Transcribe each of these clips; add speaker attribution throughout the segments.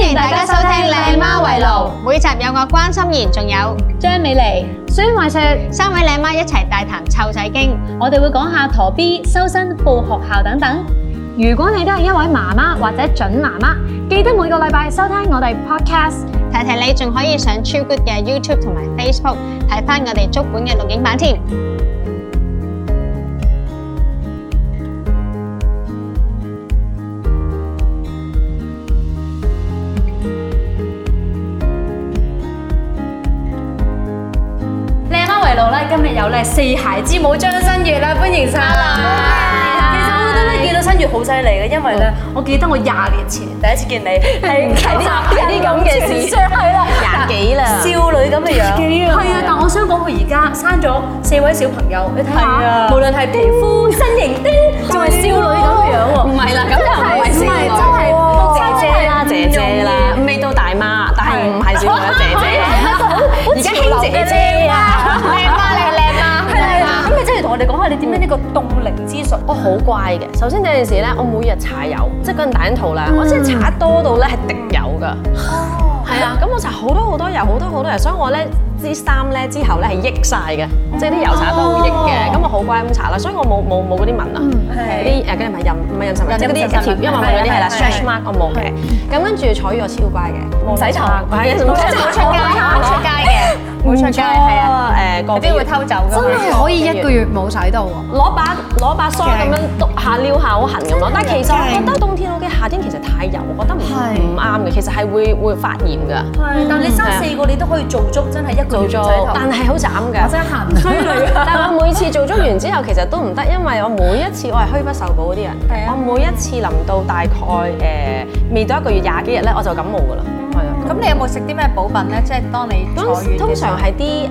Speaker 1: 迎大家收聽《靚媽圍爐》，每集有我關心妍，仲有
Speaker 2: 張美妮，孫慧雪，
Speaker 1: 三位靚媽一齊大談湊仔經。
Speaker 2: 我哋會講下陀 B、修身、報學校等等。如果你都係一位媽媽或者準媽媽，記得每個禮拜收聽我哋 podcast。
Speaker 1: 提提你仲可以上超 good 嘅 YouTube 同埋 Facebook 睇翻我哋足本嘅錄影版添。
Speaker 3: 靚媽圍爐咧，今日有咧四孩之母張新月啦，歡迎晒啦！其實我覺得咧見到新月好犀利嘅，因為咧我記得我廿年前第一次見你係係啲係啲咁嘅事，嗯係啦，廿幾啦，少女咁嘅樣，係啊！但我想講佢而家生咗四位小朋友，你睇下，無論係皮膚、身形，仲係少女咁嘅樣喎，唔係啦，咁又唔係少女，真係姐姐啦，姐姐啦，未到大媽，但係唔係少女姐姐，而家興姐姐
Speaker 4: à.
Speaker 3: 啊！
Speaker 1: 靚媽你靚媽，
Speaker 3: 係啦，咁你真係同我哋講下你點樣呢個凍齡之術？
Speaker 4: 我好乖嘅，首先第一件事咧，我每日搽油，即係嗰陣打緊肚啦，我真係搽多到咧係滴油㗎。哦，係啊，咁我搽好多好多油，好多好多油，所以我咧支衫咧之後咧係益晒嘅，即係啲油搽得好益嘅，咁我好乖咁搽啦，所以我冇冇冇嗰啲紋啊，嗰啲誒嗰啲唔係印唔係印紋，即係嗰啲條因為紋嗰啲係啦，stretch mark 我冇嘅，咁跟住彩魚我超乖嘅，唔
Speaker 3: 洗頭
Speaker 4: 係 唔使搽，
Speaker 1: 出街冇出街嘅，冇出街係啊，
Speaker 4: 啊，誒個
Speaker 1: 有啲會偷走㗎嘛。
Speaker 4: 係可以一個月冇洗到喎。攞把攞把梳咁樣篤下撩下好痕咁咯，但係其實我覺得冬天 OK，夏天其實太油，我覺得唔唔啱嘅，其實係會會發炎㗎。
Speaker 3: 係，但係你生四個你都可以做足，真係一個
Speaker 4: 做
Speaker 3: 月唔
Speaker 4: 做
Speaker 3: 洗頭，
Speaker 4: 但係好斬㗎。 真係痕衰但係我每次做足完之後，其實都唔得，因為我每一次我係虛不受補嗰啲人。
Speaker 3: 係啊
Speaker 4: 我每一次臨到大概誒未到一個月廿幾日咧，我就感冒㗎啦。係啊。
Speaker 1: 咁你有冇食啲咩補品咧？即係當你坐
Speaker 4: 咁
Speaker 1: 月
Speaker 4: 通
Speaker 1: 嘅時候
Speaker 4: 常係啲誒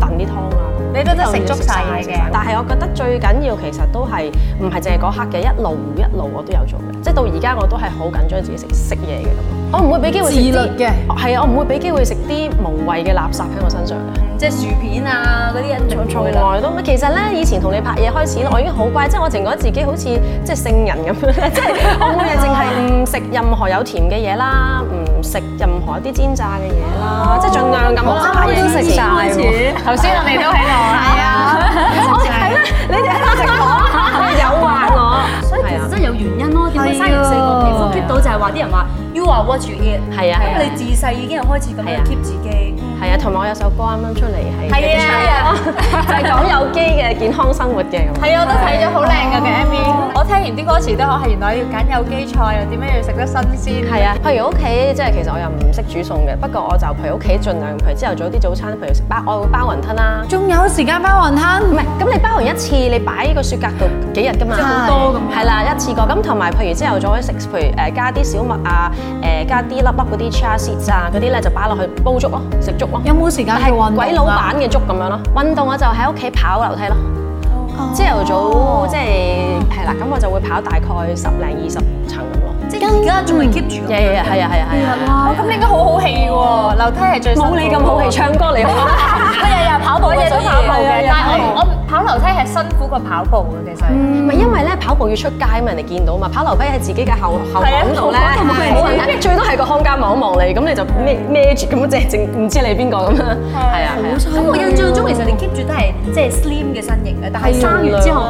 Speaker 4: 燉啲湯啊。
Speaker 1: 你都得食足晒嘅。
Speaker 4: 但係我覺得最緊要其實都係唔係淨係嗰刻嘅，一路一路我都有做嘅，即係到而家我都係好緊張自己食食嘢嘅咁咯。我唔會俾機會自律嘅，係啊，我唔會俾機會食啲無謂嘅垃圾喺我身上嘅。
Speaker 3: 即係薯片啊嗰啲人做
Speaker 4: 從 來都其實咧，以前同你拍嘢開始我已經好乖，即係我淨覺得自己好似即係聖人咁樣， 即係我每日淨係唔食任何有甜嘅嘢啦，唔食任何一啲煎炸嘅嘢啦，即係盡量咁咯。拍嘢食晒喎，頭先我哋都喺度，係啊，我係啦，你哋喺度食我，你哋誘 惑我，
Speaker 3: 所以其
Speaker 4: 係
Speaker 3: 實
Speaker 4: 啊，
Speaker 3: 真係有原因咯。點解生完四個皮膚 keep 到就係話啲人話 you are what you eat。
Speaker 4: 係啊，
Speaker 3: 咁你自細已經係開始咁樣
Speaker 4: 係啊
Speaker 3: keep 自己。
Speaker 4: 係啊，同埋我有首歌啱啱出嚟係
Speaker 3: 係啊，
Speaker 4: 就 係講有機嘅健康生活嘅咁。
Speaker 1: 係啊，我都睇咗好靚嘅
Speaker 4: 哦
Speaker 1: 嘅 MV。我聽完啲歌詞都可係原來要揀有機菜，啊又點樣要食得新鮮。
Speaker 4: 係啊，譬如屋企即係其實我又唔識煮餸嘅，不過我就譬如屋企盡量譬如朝頭早啲早餐，譬如食包，我會包雲吞啦。
Speaker 5: 仲有時間包雲
Speaker 4: 唔
Speaker 5: 吞，
Speaker 4: 係，咁你包完一次，你擺個雪格度幾日㗎嘛？
Speaker 5: 好
Speaker 4: 多咁。係啦，一次過咁，同埋譬如朝頭早可以食，譬如誒加啲小麥啊，誒加啲粒粒嗰啲 chia seeds 啊，嗰啲咧就擺落去煲粥咯，食粥咯。
Speaker 5: 有冇時間去運動啊
Speaker 4: 鬼佬版嘅粥咁樣咯。運動我就喺屋企跑樓梯咯。
Speaker 1: 哦
Speaker 4: 朝頭早即係係啦，咁我就會跑大概十零二十層咁咯。
Speaker 3: 即係而家仲係 keep 住咁
Speaker 4: 日日係啊係啊係啊。
Speaker 1: 哦，咁你應該好好氣喎，樓梯係最辛苦
Speaker 4: 冇你咁好氣，唱歌你好。
Speaker 1: 我日日跑步，日日都跑步嘅，
Speaker 4: 係啊
Speaker 1: 但係我我跑樓梯係辛苦過跑步嘅，其實。
Speaker 4: 唔係因為咧跑步要出街嘛，人哋見到嘛，跑樓梯喺自己嘅後後巷度咧，冇啊人睇，最多係個看家望一望你，咁你就孭孭住咁，即係正唔知你邊個咁樣，係啊係啊，
Speaker 3: 咁我印象中其實你 keep 住都係即係 slim 嘅身形嘅，但係生完之後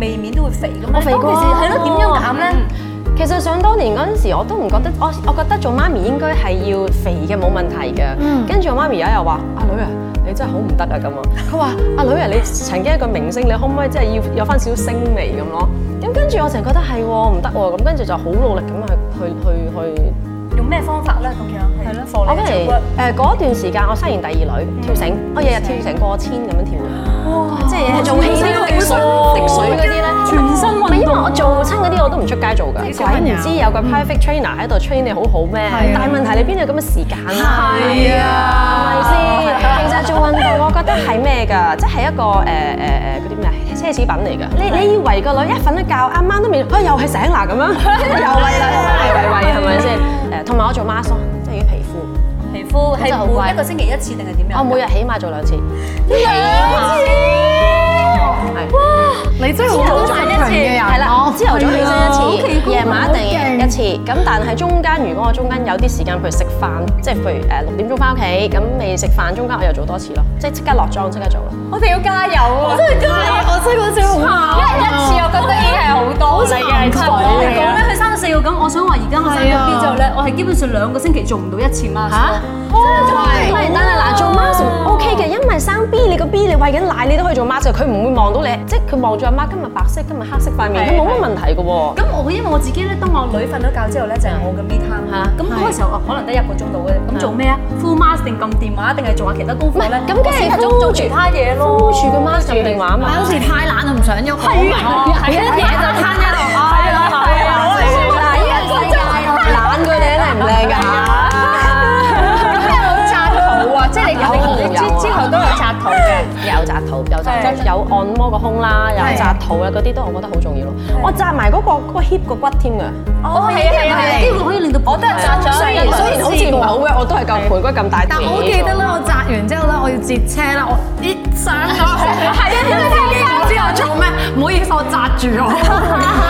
Speaker 3: 未免都會肥咁。
Speaker 4: 我肥過
Speaker 3: 其實係咯，點樣減咧？
Speaker 4: 其實想當年嗰陣時，我都唔覺得，我我覺得做媽咪應該係要肥嘅冇問題嘅。跟住我媽咪有一日話：阿女啊，你真係好唔得啊咁啊！佢話：阿女啊，你曾經係一個明星，你可唔可以真係要有翻少少星味咁咯？咁跟住我成日覺得係喎，唔得喎，咁跟住就好努力咁去去去去。
Speaker 3: 用咩方法咧？咁樣係咯，
Speaker 4: 我
Speaker 3: 放
Speaker 4: 跟
Speaker 3: 你
Speaker 4: 住
Speaker 3: 做 work
Speaker 4: 誒嗰段時間，我生完第二女，跳繩，我日日嗯跳成過千咁樣跳，即係做氣呢個滴水滴水嗰啲咧，啊全身運動。因為我做親嗰啲我都唔出街做㗎，鬼唔知有個 perfect trainer 喺度 train 你好好咩？但係問題你邊有咁嘅時間啊？係啊，係咪先？其實做運動我覺得係咩㗎？即係一個誒誒誒嗰啲咩啊奢侈品嚟㗎。你你以為個女一瞓咗覺，啱啱都未，啊又係醒啦咁 樣，跟住又喂啦，喂喂喂係咪先？誒同埋我做 mask 咯即係要皮膚。
Speaker 3: 皮膚
Speaker 4: 真係好
Speaker 3: 係
Speaker 4: 乖
Speaker 3: 每一個星期一次定係點樣？
Speaker 4: 我每日起碼做兩次，
Speaker 5: 你真係好
Speaker 4: 朝頭
Speaker 5: 好
Speaker 4: 早
Speaker 5: 強
Speaker 4: 一
Speaker 5: 嘅
Speaker 4: 次，
Speaker 5: 人，
Speaker 4: 係啦，朝頭早起身
Speaker 5: 係啊好奇
Speaker 4: 一次，
Speaker 5: 怪
Speaker 4: 夜晚一定一次，咁但係中間如果我中間有啲時間，譬如食飯，即係譬如誒六點鐘翻屋企，咁未食飯中間我又做多次咯，即係即刻落妝即刻做咯。
Speaker 1: 我哋要加油啊！我真係加油，我真係覺得好
Speaker 5: 啊
Speaker 1: 慘。因為一次我覺得已經係好多嚟嘅，差唔
Speaker 3: 我
Speaker 1: 多
Speaker 3: 哋
Speaker 1: 嚟
Speaker 3: 講
Speaker 1: 嘅。
Speaker 3: 咧，佢生咗四個咁，我想話而家我生咗 B 之後咧，我係基本上兩個星期做唔到一次 mask。嚇！
Speaker 4: 唔係，但係嗱，做 mask OK 嘅，因為生 B 你個 B 你喂緊奶，你都可以做 mask 嘅佢唔會望到你，即係佢望住阿媽今日白色，今日黑色塊面，佢冇乜問題嘅喎。
Speaker 3: 咁我因為我自己咧，當我女瞓咗覺之後咧，就係我嘅 me time
Speaker 4: 嚇
Speaker 3: 啦。咁嗰個時候我可能得一個鐘度嘅，咁做咩啊？full mask 定撳電話，定係做下其他功課咧？
Speaker 4: 咁梗係
Speaker 3: 做做其他嘢咯。
Speaker 4: 箍住個 mask 撳電話啊嘛。
Speaker 5: 有時太懶啊，唔想喐，係啊，係一嘢就攤喺度，係啊，係啊，好係
Speaker 4: 嗱，依個世界懶過你靚唔靚㗎
Speaker 1: 咁你有冇扎肚啊？即係你你你
Speaker 4: 有啊
Speaker 1: 之之後都有扎肚嘅。
Speaker 4: 有扎肚，有扎
Speaker 1: 係
Speaker 4: 有按摩個胸啦，有扎肚啦，嗰啲都我覺得好重要咯。我扎埋嗰個嗰個 hip 個骨添㗎。
Speaker 1: 哦，係啊係啊
Speaker 3: 有機會可以令到我都係
Speaker 1: 紮咗
Speaker 4: 雖然雖然好似唔係好 work，我都係嚿盆骨咁大。
Speaker 5: 但我好記得啦，我扎完之後咧，我要截車啦，我啲上咗去，係啊，因為聽唔知我做咩，唔好意思，我扎住 我。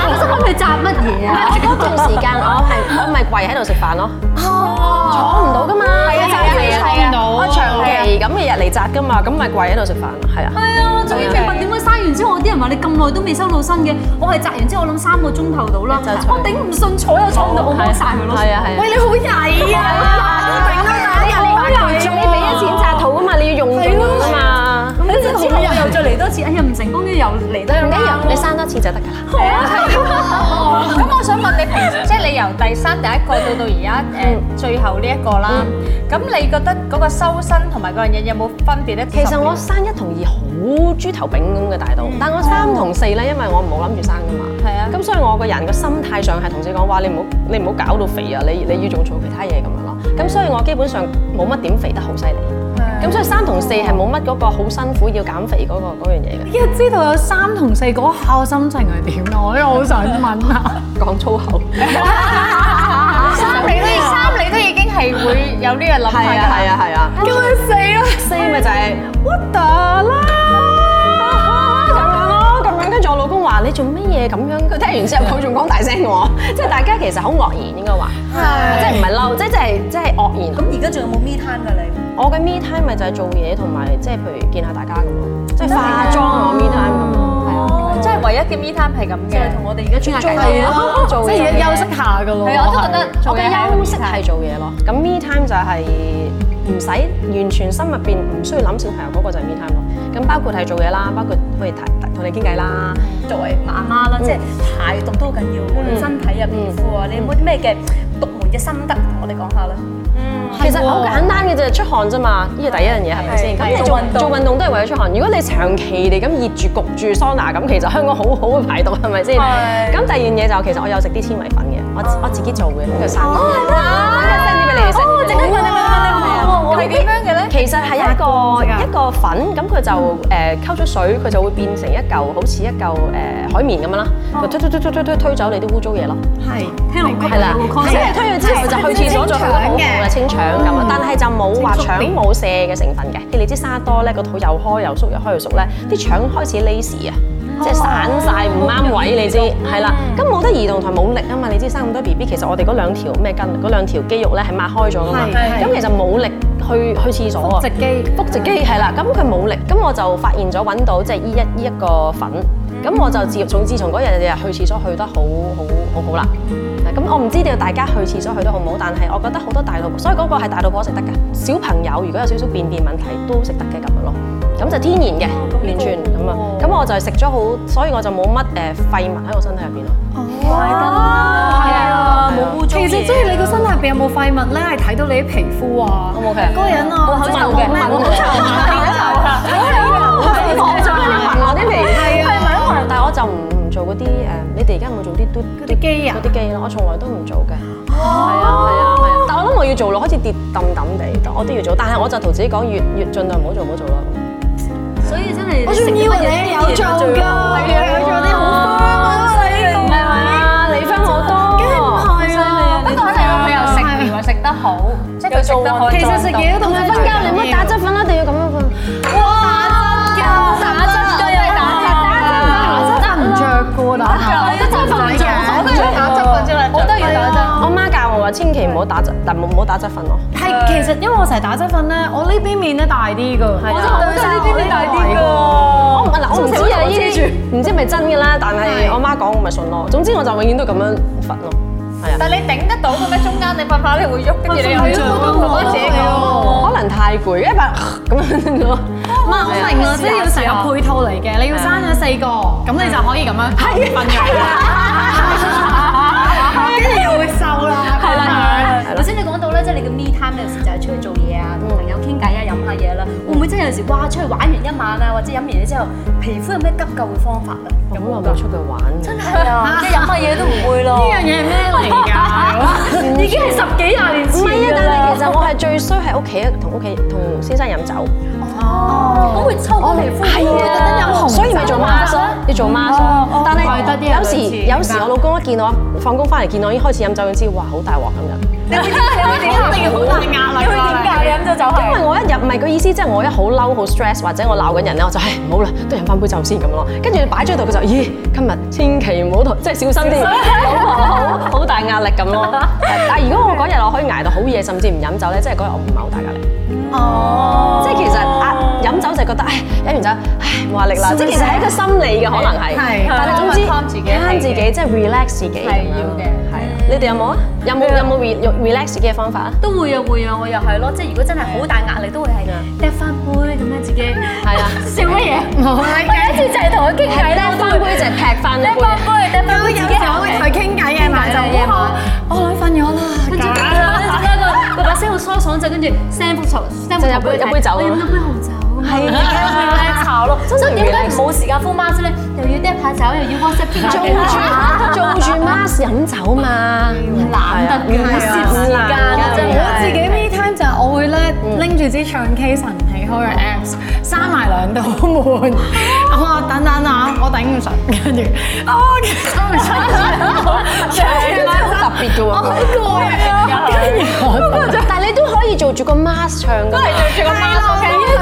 Speaker 3: 我心諗你扎乜嘢啊？
Speaker 4: 我嗰段時間我係我咪跪喺度食飯咯，坐唔到噶嘛，係啊係啊係啊，我長期咁嘅日嚟扎噶嘛，咁咪跪喺度食飯咯，係啊。
Speaker 3: 係啊，我終於明白點解生完之後，我啲人話你咁耐都未收到身嘅，我係扎完之後，我諗三個鐘頭到啦，
Speaker 4: 就除
Speaker 3: 我頂唔順，坐又坐唔到，我摸晒佢咯。
Speaker 4: 係啊係啊。
Speaker 5: 喂，你好曳啊！
Speaker 4: 你俾咗錢扎肚啊嘛，你要用盡㗎嘛。
Speaker 3: 咁之後我又再嚟多次，哎呀唔成功，跟住又嚟多
Speaker 4: 唔緊要，你生多次就得㗎啦。
Speaker 1: 係啊係啊。咁我想問你平時，即係你由第三第一個到到而家誒最後呢一個啦，咁你覺得嗰個修身同埋嗰樣嘢有冇分別咧？
Speaker 4: 其實我生一同二好豬頭炳咁嘅大到，但我三同四咧，因為我冇諗住生㗎嘛。
Speaker 1: 係啊
Speaker 4: 咁所以我個人嘅心態上係同自己講話，你唔好你唔好搞到肥啊！你你要仲做其他嘢咁樣咯。咁所以我基本上冇乜點肥得好犀利。咁所以三同四係冇乜嗰個好辛苦要減肥嗰、個嗰樣嘢嘅。
Speaker 5: 一知道有三同四嗰下，我心情係點啊？我都好想問啊！
Speaker 4: 講粗 口，
Speaker 1: 三你都三你都已經係會有呢個諗法
Speaker 4: 係啊
Speaker 1: 㗎。
Speaker 4: 係啊係啊。咁咪四咯，四咪就係 what the 啦咁樣咯，咁樣跟住我老公話你做乜嘢咁樣？佢聽完之後佢仲講大聲我，即係大家其實好愕然應該話，即係唔係嬲，即係即係即係愕然。
Speaker 3: 咁而家仲有冇 me time 㗎你？
Speaker 4: 我嘅 me time 咪就係做嘢同埋即係譬如見下大家咁咯，即係化妝我 me time 咁咯，係啊。
Speaker 1: 即係唯一嘅 me time 係咁
Speaker 3: 就
Speaker 1: 嘅
Speaker 3: 係。同我哋而家專家
Speaker 4: 係咯，做
Speaker 5: 即
Speaker 4: 嘢
Speaker 5: 係休息下噶咯，
Speaker 1: 係啊，我都覺得
Speaker 4: 我
Speaker 1: 做嘢
Speaker 4: 嘅
Speaker 1: 係
Speaker 4: 休息係做嘢咯。咁 me time 就係唔使完全心入邊唔需要諗小朋友嗰個就係 me time 咯。咁包括係做嘢啦，包括譬如同你傾偈啦，
Speaker 3: 作為媽媽啦，即係排毒都好緊要，無論身體啊、皮膚啊，你有冇啲咩嘅獨門嘅心得同我哋講下咧？
Speaker 4: 其實好簡單嘅啫，出汗啫嘛，呢個第一樣嘢係咪
Speaker 3: 係
Speaker 4: 先？咁你
Speaker 3: 做
Speaker 4: 做
Speaker 3: 運動
Speaker 4: 做運動都係為咗出汗。如果你長期地咁熱住焗住桑拿咁，其實香港好好嘅排毒係咪先？
Speaker 3: 係
Speaker 4: 咁第二樣嘢就其實我有食啲纖維粉嘅，我自我自己做嘅，呢個生意。send 啲俾你哋食。哦，整
Speaker 1: 我係點樣嘅咧？
Speaker 4: 其實係一個一個粉，咁佢就誒溝咗水，佢就會變成一嚿好似一嚿誒海綿咁樣啦，就推推推推推推推走你啲污糟嘢咯。
Speaker 3: 聽落覺
Speaker 4: 係啦，咁你
Speaker 5: 啊
Speaker 4: 推完之後就去廁所再去好嘅清腸咁啊，但係就冇話腸冇瀉嘅成分嘅。你知沙多咧個肚又開又縮又開又縮咧，啲腸開始 lazy à. 啊。即係散晒唔啱位，你知係啦。咁冇得移動同埋冇力啊嘛，你知生咁多 B B，其實我哋嗰兩條咩筋，嗰兩條肌肉咧係擘開咗噶嘛。咁其實冇力去去廁所啊。
Speaker 5: 直機。
Speaker 4: 腹直肌係啦，咁佢冇力，咁我就發現咗揾到即係依一 E 依一個粉，咁我就自從自從嗰日日日去廁所去得好好好好啦。咁我唔知道大家去廁所去得好唔好，但係我覺得好多大肚婆，所以嗰個係大肚婆食得㗎。小朋友如果有少少便便問題都食得嘅咁樣咯，咁就天然嘅，完全咁啊。咁我就食咗好，所以我就冇乜誒廢物喺我身體入邊咯。
Speaker 3: 係啊，冇污糟
Speaker 5: 其
Speaker 3: 嘢
Speaker 5: 實即係你個身入邊有冇廢物咧，係睇到你啲皮膚啊，
Speaker 4: O 唔 K？
Speaker 5: 嗰個人啊，
Speaker 4: 我口臭嘅，
Speaker 5: 咩
Speaker 4: 聞我口臭，我口臭啦，你聞我啲味，係啊，但係我就唔唔做嗰啲誒，你哋而家有冇做啲嘟嗰啲
Speaker 5: 機啊
Speaker 4: 嗰啲機咯，我從來都唔做嘅。係啊係啊係啊，但我諗我要做咯，開始跌揼揼地，但我都要做，但係我就同自己講，越越盡量唔好做，唔好做啦。
Speaker 3: 所以真係
Speaker 5: 我仲以為你有做㗎，係啊，有做啲好
Speaker 4: 唔係嘛，你分好多，
Speaker 5: 係啊，
Speaker 1: 不過可能佢又食，如果食得好，即係佢食得好。
Speaker 5: 其實食嘢都咁樣瞓
Speaker 4: 瞓覺你乜打
Speaker 5: 針
Speaker 4: 側瞓啦，一定要咁樣瞓。
Speaker 5: 打針都係打針，打針唔着㗎，打針瞓唔着，我都係打針瞓
Speaker 1: 招啦，
Speaker 3: 我都要打針。
Speaker 4: 我媽教我話千祈唔好打側，但唔好打側瞓咯。
Speaker 5: 係，其實因為我成日打側瞓咧，我呢邊面咧大啲㗎，我真係呢邊面大啲㗎。
Speaker 4: 我唔嗱，我唔知啊，呢
Speaker 3: 遮
Speaker 4: 啲唔知係咪真嘅啦，但係我媽講我咪信咯。總之我就永遠都咁樣瞓咯，係啊。
Speaker 1: 但你頂得到嘅咩？中間你瞓下你會喐，跟住你又
Speaker 5: 瞓唔着啊
Speaker 1: 我自己講。
Speaker 4: 可能太攰，一百咁樣咯。
Speaker 5: 唔係，我明啦，即係要成日配套嚟嘅，你要生咗四個，咁你就可以咁樣係啊瞓嘅，跟住又會瘦啦，係
Speaker 3: 頭先你講到咧，即係你嘅 me time 有時就係出去做嘢啊，同朋友傾偈啊，飲下嘢啦。會唔會真係有時哇出去玩完一晚啊，或者飲完嘢之後，皮膚有咩急救嘅方法咧？
Speaker 4: 咁我冇出去玩嘅。
Speaker 3: 係 啊，即係飲下嘢都唔會咯。
Speaker 5: 呢樣嘢係咩嚟㗎？
Speaker 3: 已經係十幾廿年
Speaker 4: 唔係
Speaker 3: 前㗎
Speaker 4: 啊，但係
Speaker 3: 啦。
Speaker 4: 其實我係最衰喺屋企同屋企同先生飲酒，
Speaker 3: 咁會抽
Speaker 5: 哦
Speaker 3: 乾皮膚㗎
Speaker 5: 特登飲紅，
Speaker 4: 所以咪做 mask
Speaker 5: 哦
Speaker 4: 咯，要做 mask 咯。但
Speaker 5: 怪得啲
Speaker 4: 係
Speaker 5: 人
Speaker 4: 有時
Speaker 5: 類似
Speaker 4: 有時我老公一見我放工翻嚟見我已經開始飲酒，已經知哇好大鑊今日。
Speaker 5: 一定好大壓力啦。
Speaker 4: 因為我一入唔係個意思，即係我一好嬲、好 stress 或者我鬧緊人咧，我就唉唔好啦，都飲翻杯酒先咁咯。跟住擺咗喺度，佢就咦今日千祈唔好同即係小心啲，好好好大壓力咁咯。但係如果我嗰日我可以捱到好夜，甚至唔飲酒咧，即係嗰日我唔係好大壓力。哦，即係其實啊飲酒就覺得唉飲完酒唉冇壓力啦，即係其實係一個心理嘅可能係，但係總之
Speaker 1: calm 自己係嘅
Speaker 4: calm 自己即係 relax 自己
Speaker 1: 係要嘅
Speaker 4: 係啊你哋有冇啊？有冇有冇 re- relax 自己嘅方法啊？
Speaker 3: 都會啊會啊，我又係咯，即係如果真係好大壓力，都會係掟翻杯咁樣自己。
Speaker 4: 係啊。
Speaker 3: 笑乜嘢？我第一次就係同佢傾偈咧，
Speaker 4: 翻杯就劈翻
Speaker 3: 掟翻杯，掟翻杯
Speaker 5: 有
Speaker 3: 自己
Speaker 5: 時我會同佢傾偈嘅，但就夜晚我女瞓咗
Speaker 3: 跟住個
Speaker 5: 啦，
Speaker 3: 個把聲好疏爽，就跟住 send 幅圖，send 幅圖
Speaker 4: 就飲杯酒
Speaker 3: 我飲咗杯紅酒。係啊，茶咯，所以點解冇時間 full mask 咧？又要 d 下酒，又要 WhatsApp 傾下偈
Speaker 4: 做啊住 mask 飲酒嘛，
Speaker 3: 懶得嘅，冇攝時間啊，真係。
Speaker 5: 我自己 me time 就係我會咧拎住支唱 K 神器開嘅 Apps，閂埋兩道門，我話等等啊，我頂唔順，跟住啊，頂唔
Speaker 4: 好
Speaker 5: 順，
Speaker 4: 特別嘅
Speaker 5: 我好
Speaker 4: 喎。
Speaker 5: 攰啊，跟住我就
Speaker 4: 但係你都可以做住個 mask 唱㗎，都係做住個 mask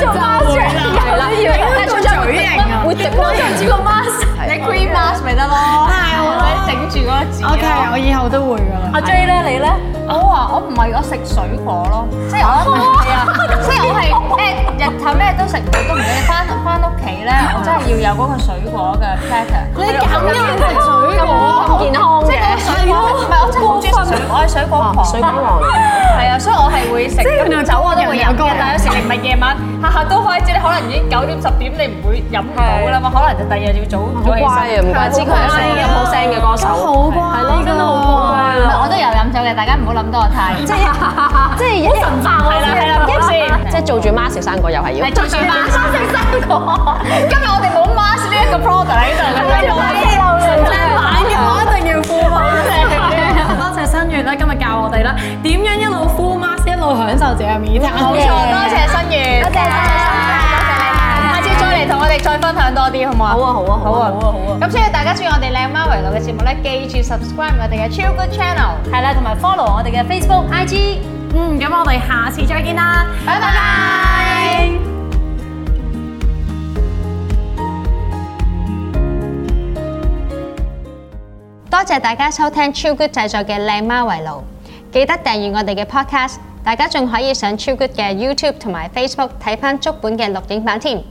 Speaker 5: 做 mask 係啦，要做嘴型啊
Speaker 4: 會滴咯。
Speaker 1: 個 mask，你 cream mask 咪得咯，
Speaker 5: 係我
Speaker 1: 你整住嗰個字。
Speaker 5: ，OK，我以後都會㗎啦。
Speaker 3: 阿 J 咧，你咧？
Speaker 1: 我話我唔係我食水果咯，即係我係啊，即係我係咩日頭咩都食，我都唔理。翻翻屋企咧，我真係要有嗰個水果嘅 platter。
Speaker 5: 你咁樣食水果，
Speaker 4: 咁健康
Speaker 1: 即係嗰
Speaker 4: 嘅
Speaker 1: 個水果，唔係我真係好中意食水果，我係水果狂。
Speaker 4: 水果王，
Speaker 1: 係啊，所以我係會食
Speaker 5: 係原來
Speaker 1: 咁酒我都會飲
Speaker 5: 有個
Speaker 1: 嘅，但係有時你唔係夜晚下下都開支，你可能已經九點十點你唔會飲唔到啦嘛，可能就第二日要早
Speaker 4: 好
Speaker 1: 早
Speaker 4: 乖
Speaker 1: 起
Speaker 4: 啊！
Speaker 1: 身。
Speaker 4: 唔怪之佢係一聲咁好聲嘅歌手，
Speaker 5: 好乖
Speaker 4: 係咯，真係好乖
Speaker 1: 唔係
Speaker 4: 啦。
Speaker 1: 我都有飲酒嘅，大家唔好諗多我太。即係
Speaker 4: 即係啊好神化
Speaker 1: 係啦係啦，唔好先。
Speaker 4: 即係做住 mask 食生果又係要
Speaker 1: 係。最最巴生食生果。今日我哋冇 mask 呢一個 product 喺度嘅，真係
Speaker 5: 玩嘅我一定要敷 mask。多謝新月啦，今日教我哋啦，點樣一路敷 mask 一路享受自己嘅 me time
Speaker 1: 冇錯，多謝新月，多謝多謝你，下次再嚟同我哋再分享多啲，好唔好啊？
Speaker 4: 好啊好啊好啊好啊！
Speaker 1: 咁所以大家中意我哋靚媽圍爐嘅節目咧，記住 subscribe 我哋嘅超 good channel，
Speaker 3: 係啦，同埋 follow 我哋嘅 Facebook、IG。
Speaker 5: 嗯，咁我哋下次再見啦。
Speaker 1: 拜拜。
Speaker 2: 多謝大家收聽超 good 製作嘅《靚媽圍爐》，記得訂閱我哋嘅 podcast，大家仲可以上超 good 嘅 YouTube 同埋 Facebook 睇翻足本嘅錄影版添。